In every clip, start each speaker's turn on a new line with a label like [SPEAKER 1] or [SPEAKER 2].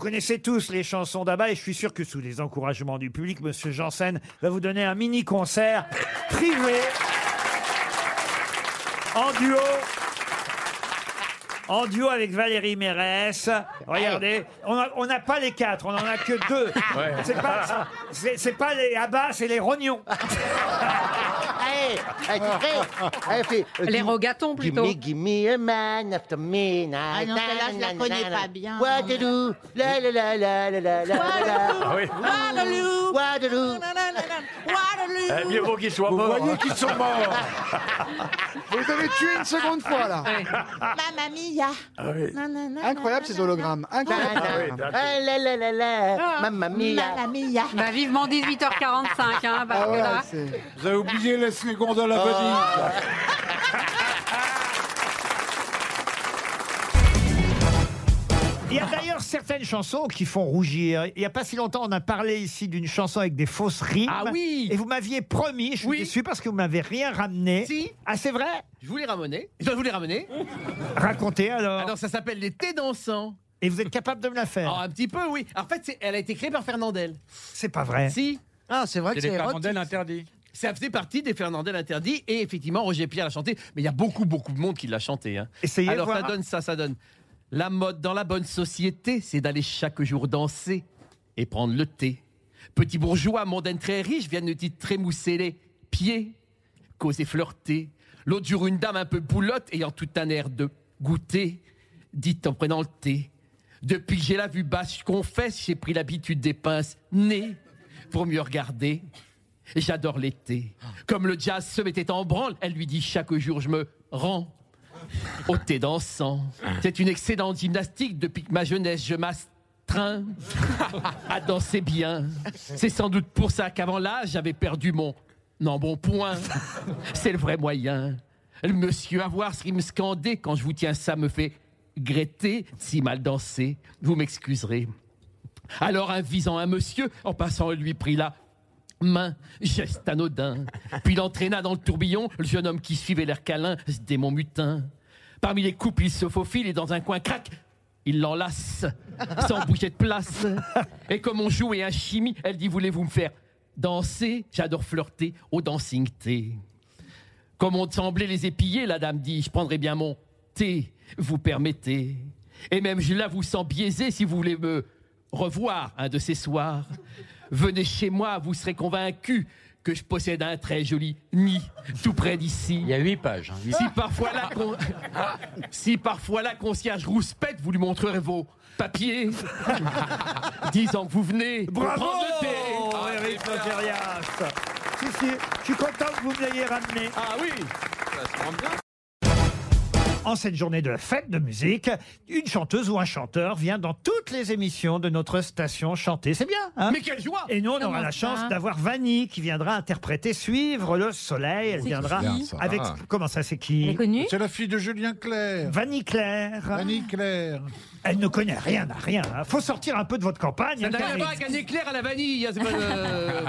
[SPEAKER 1] connaissez tous les chansons d'Abba et je suis sûr que sous les encouragements du public, Monsieur Janssen va vous donner un mini concert privé en duo. En duo avec Valérie Mérès. Regardez, on a- on n'a pas les quatre, on en a que deux.
[SPEAKER 2] Ouais.
[SPEAKER 1] C'est pas, c'est- c'est pas les Abba, c'est les rognons.
[SPEAKER 3] Hey, hey,
[SPEAKER 4] Ah.
[SPEAKER 3] tu fais- hey, fais- euh,
[SPEAKER 5] Les
[SPEAKER 3] give-
[SPEAKER 5] rogatons,
[SPEAKER 3] give
[SPEAKER 5] plutôt.
[SPEAKER 3] me- give me a man after me. na-
[SPEAKER 6] Ah non,
[SPEAKER 3] na-
[SPEAKER 6] celle-là, je la
[SPEAKER 3] na-
[SPEAKER 6] connais
[SPEAKER 3] na- na-
[SPEAKER 6] pas bien.
[SPEAKER 3] Waterloo, la la la la la la la la.
[SPEAKER 2] Ah oui.
[SPEAKER 6] Waterloo Ah
[SPEAKER 3] Waterloo.
[SPEAKER 2] Eh, mieux vaut qu'ils soient
[SPEAKER 7] Vous
[SPEAKER 2] morts.
[SPEAKER 7] voyez qu'ils sont morts Vous avez tué une seconde fois, là
[SPEAKER 6] Mamma mia
[SPEAKER 2] Ah oui.
[SPEAKER 7] Incroyable ces hologrammes,
[SPEAKER 3] Na-
[SPEAKER 7] incroyable
[SPEAKER 3] na-
[SPEAKER 2] oui, d'accord.
[SPEAKER 3] Ah, la la la
[SPEAKER 6] Ah.
[SPEAKER 3] la. Mamma mia.
[SPEAKER 6] Mamma mia
[SPEAKER 5] Bah vivement 18h45, hein, parce
[SPEAKER 7] Ah
[SPEAKER 5] que
[SPEAKER 7] ouais,
[SPEAKER 5] là,
[SPEAKER 7] c'est-
[SPEAKER 8] Vous avez oublié la seconde à la bonne.
[SPEAKER 1] Il y a d'ailleurs certaines chansons qui font rougir. Il n'y a pas si longtemps, on a parlé ici d'une chanson avec des fausses rimes.
[SPEAKER 9] Ah oui
[SPEAKER 1] Et vous m'aviez promis, je suis
[SPEAKER 9] Oui.
[SPEAKER 1] déçu parce que vous m'avez rien ramené.
[SPEAKER 9] Si.
[SPEAKER 1] Ah, c'est vrai
[SPEAKER 9] Je vous les ramener. Je dois vous les ramener.
[SPEAKER 1] Racontez alors.
[SPEAKER 9] Alors Ah. ça s'appelle les thés dansants.
[SPEAKER 1] Et vous êtes capable de me la faire
[SPEAKER 9] Alors, un petit peu, oui. En fait, c'est- elle a été créée par Fernandel.
[SPEAKER 1] C'est pas vrai.
[SPEAKER 9] Si.
[SPEAKER 8] Ah, c'est vrai
[SPEAKER 10] C'est les Fernandelles interdits.
[SPEAKER 9] Ça faisait partie des Fernandel interdits et effectivement Roger Pierre l'a chanté, mais il y a beaucoup beaucoup de monde qui l'a chanté. hein.
[SPEAKER 1] Essayez
[SPEAKER 9] Alors
[SPEAKER 1] voir.
[SPEAKER 9] ça donne ça, ça donne. La mode dans la bonne société, c'est d'aller chaque jour danser et prendre le thé. Petits bourgeois, mondaine très riche, viennent nous trémousser les pieds, causer flirter. L'autre jour, une dame un peu boulotte, ayant tout un air de goûter, dit en prenant le thé. Depuis que j'ai la vue basse, je confesse, j'ai pris l'habitude des pinces nées pour mieux regarder. J'adore l'été. Comme le jazz se mettait en branle, elle lui dit chaque jour je me rends au thé dansant. C'est une excellente gymnastique depuis que ma jeunesse je m'astreins à danser bien. C'est sans doute pour ça qu'avant l'âge j'avais perdu mon embonpoint. C'est le vrai moyen. Le monsieur à voir ce qui me scandait quand je vous tiens ça me fait gretter si mal dansé. Vous m'excuserez. Alors, un visant un monsieur, en passant, elle lui prit la main, geste anodin. Puis l'entraîna dans le tourbillon, le jeune homme qui suivait l'air câlin, ce démon mutin. Parmi les couples, il se faufile et dans un coin, crac il l'enlace, sans bouger de place. Et comme on joue et un chimie, elle dit Voulez-vous me faire danser J'adore flirter au dancing thé. Comme on semblait les épiller, la dame dit Je prendrai bien mon thé, vous permettez. Et même je la vous sens biaisé si vous voulez me revoir un de ces soirs. Venez chez moi, vous serez convaincu que je possède un très joli nid tout près d'ici.
[SPEAKER 10] Il y a 8 pages. hein.
[SPEAKER 9] Si parfois la, con- si parfois la concierge rouspète, vous lui montrerez vos papiers disant que vous venez. pour
[SPEAKER 1] Bravo
[SPEAKER 9] prendre le thé.
[SPEAKER 1] Oh, Eric Logérias. Si, si, je suis content que vous me l'ayez ramené.
[SPEAKER 9] Ah oui
[SPEAKER 1] En cette journée de la fête de musique, une chanteuse ou un chanteur vient dans toutes les émissions de notre station chanter. C'est bien, hein
[SPEAKER 9] Mais quelle joie
[SPEAKER 1] Et nous, on aura
[SPEAKER 6] Comment
[SPEAKER 1] la
[SPEAKER 6] ça
[SPEAKER 1] chance d'avoir Vanny qui viendra interpréter Suivre le soleil. Elle viendra
[SPEAKER 7] qui ça
[SPEAKER 1] avec.
[SPEAKER 7] Ah.
[SPEAKER 1] Comment ça, c'est qui
[SPEAKER 5] connu.
[SPEAKER 8] C'est la fille de Julien Clerc.
[SPEAKER 1] Vanny Claire.
[SPEAKER 8] Annie Claire.
[SPEAKER 1] Elle ne connaît rien à rien. hein. Faut sortir un peu de votre campagne.
[SPEAKER 9] Ça
[SPEAKER 1] hein,
[SPEAKER 9] n'a rien à
[SPEAKER 1] Karine.
[SPEAKER 9] voir avec un éclair à la vanille. hein, c'est pas, euh,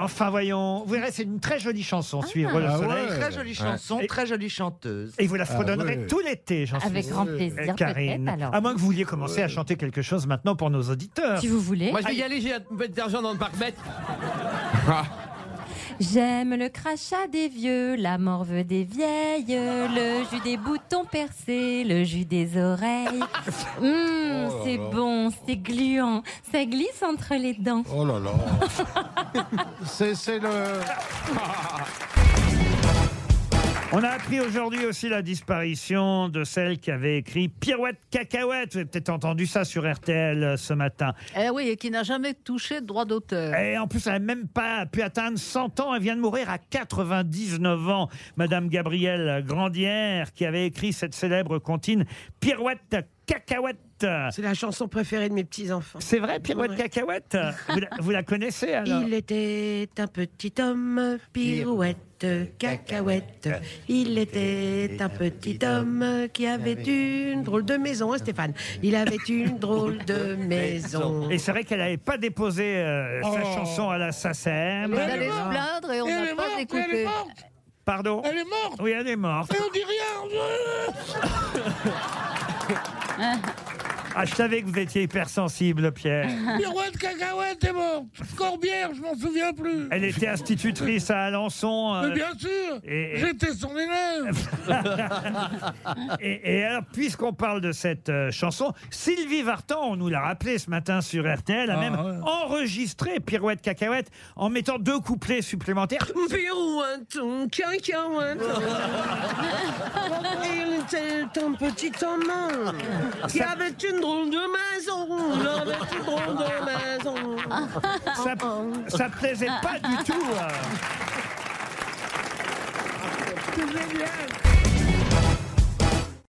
[SPEAKER 1] Enfin, voyons. Vous verrez, c'est une très jolie chanson, Suivre le
[SPEAKER 8] Ah
[SPEAKER 1] soleil.
[SPEAKER 8] ouais. Ah
[SPEAKER 2] Très jolie
[SPEAKER 1] Ouais.
[SPEAKER 4] chanson, très jolie chanteuse.
[SPEAKER 1] Et vous la fredonnerez
[SPEAKER 8] ouais.
[SPEAKER 1] tout l'été, j'en suis
[SPEAKER 5] Avec
[SPEAKER 1] sûr.
[SPEAKER 5] grand
[SPEAKER 1] Euh,
[SPEAKER 5] plaisir,
[SPEAKER 1] Karine.
[SPEAKER 5] peut-être, alors.
[SPEAKER 1] À moins que vous vouliez commencer à chanter quelque chose maintenant pour nos auditeurs.
[SPEAKER 5] Si vous voulez.
[SPEAKER 9] Moi, je vais y aller, j'ai un peu d'argent dans le baromètre.
[SPEAKER 5] J'aime le crachat des vieux, la morve des vieilles, le jus des boutons percés, le jus des oreilles. Hum, c'est bon, c'est gluant, ça glisse entre les dents.
[SPEAKER 8] Oh là là. c'est c'est le.
[SPEAKER 1] On a appris aujourd'hui aussi la disparition de celle qui avait écrit Pirouette cacahuète. Vous avez peut-être entendu ça sur RTL euh, ce matin.
[SPEAKER 6] Eh oui, et qui n'a jamais touché de droit d'auteur.
[SPEAKER 1] Et Eh, en plus, elle n'a même pas pu atteindre 100 ans. Elle vient de mourir à 99 ans. Madame Gabrielle Grandière, qui avait écrit cette célèbre comptine Pirouette cacahuète.
[SPEAKER 4] C'est la chanson préférée de mes petits-enfants.
[SPEAKER 1] C'est vrai, Pirouette cacahuète vous la, vous la connaissez alors
[SPEAKER 4] Il était un petit homme, pirouette, cacahuète. Il était un petit homme qui avait une drôle de maison, hein, Stéphane. Il avait une drôle de maison.
[SPEAKER 1] Et c'est vrai qu'elle n'avait pas déposé euh, sa
[SPEAKER 8] Oh.
[SPEAKER 1] chanson à la SACEM.
[SPEAKER 6] Vous allez se plaindre et on n'a pas écouté.
[SPEAKER 1] Pardon
[SPEAKER 8] est morte.
[SPEAKER 1] Oui, elle est morte.
[SPEAKER 8] on dit rien.
[SPEAKER 1] Ah, je savais que vous étiez hypersensible, Pierre.
[SPEAKER 11] Pirouette, cacahuète, c'est bon. Corbière, je m'en souviens plus.
[SPEAKER 1] Elle était institutrice à Alençon. euh,
[SPEAKER 11] Mais bien sûr,
[SPEAKER 1] et-
[SPEAKER 11] j'étais son élève.
[SPEAKER 1] et, et alors, puisqu'on parle de cette euh, chanson, Sylvie Vartan, on nous l'a rappelé ce matin sur RTL, a
[SPEAKER 11] Ah,
[SPEAKER 1] même enregistré Pirouette Cacahuète en mettant deux couplets supplémentaires.
[SPEAKER 4] Pirouaton, cacahuaton. Il était un petit homme qui avait une drôle de maison. Il avait une drôle de maison.
[SPEAKER 1] Ça, ça plaisait pas du tout. euh.
[SPEAKER 11] C'est génial.